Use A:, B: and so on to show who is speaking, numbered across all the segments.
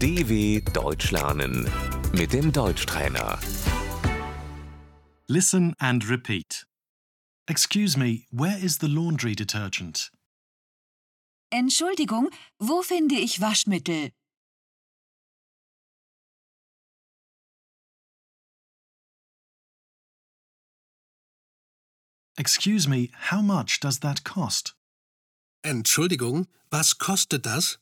A: DW Deutsch lernen mit dem Deutschtrainer.
B: Listen and repeat. Excuse me, where is the laundry detergent?
C: Entschuldigung, wo finde ich Waschmittel?
B: Excuse me, how much does that cost?
D: Entschuldigung, was kostet das?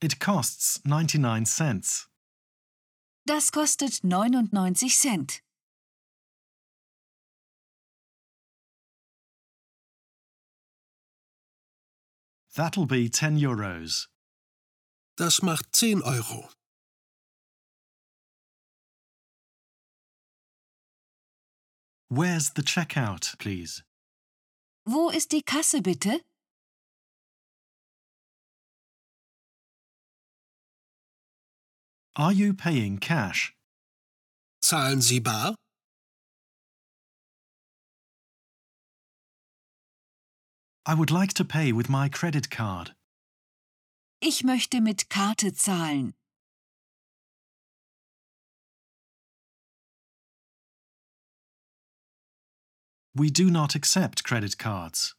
B: It costs 99 cents.
C: Das kostet 99 Cent.
B: That'll be 10 euros.
D: Das macht 10 Euro.
B: Where's the checkout, please?
C: Wo ist die Kasse bitte?
B: Are you paying cash?
D: Zahlen Sie bar?
B: I would like to pay with my credit card.
C: Ich möchte mit Karte zahlen.
B: We do not accept credit cards.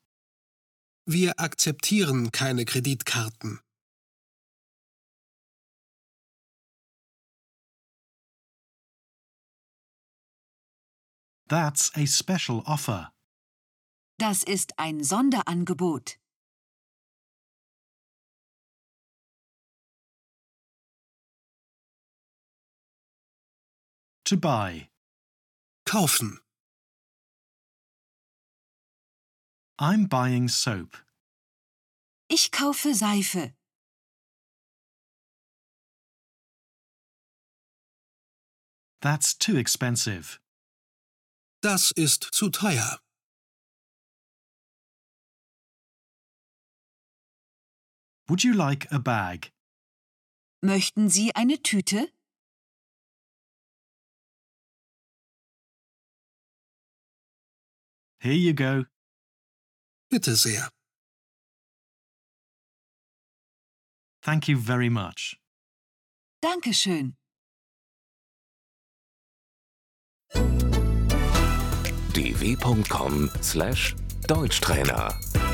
D: Wir akzeptieren keine Kreditkarten.
B: That's a special offer.
C: Das ist ein Sonderangebot.
B: To buy.
D: Kaufen.
B: I'm buying soap.
C: Ich kaufe Seife.
B: That's too expensive.
D: Das ist zu teuer.
B: Would you like a bag?
C: Möchten Sie eine Tüte?
B: Here you go.
D: Bitte sehr.
B: Thank you very much.
C: Dankeschön.
A: dw.com/deutschtrainer